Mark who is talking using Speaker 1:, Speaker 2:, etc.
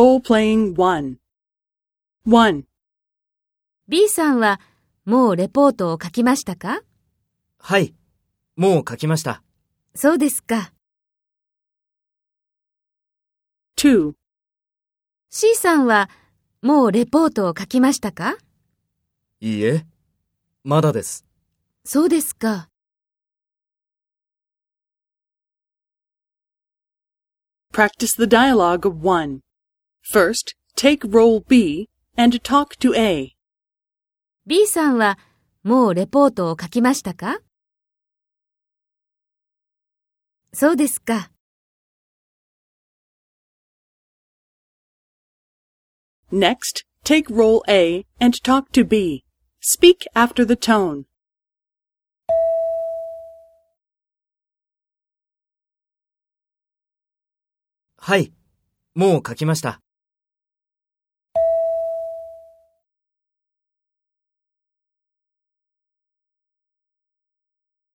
Speaker 1: Role-playing 1 1.
Speaker 2: B さんはもうレポートを書きましたか
Speaker 3: はい。もう書きました。
Speaker 2: そうですか。
Speaker 1: 2.
Speaker 2: C さんはもうレポートを書きましたか
Speaker 3: いいえ。まだです。
Speaker 2: そうですか。
Speaker 1: Practice the dialogue of 1. First, take role B and talk to A.
Speaker 2: B さんはもうレポートを書きましたかそうですか。
Speaker 1: Next, take role A and talk to B. Speak after the tone.
Speaker 3: はい。もう書きました。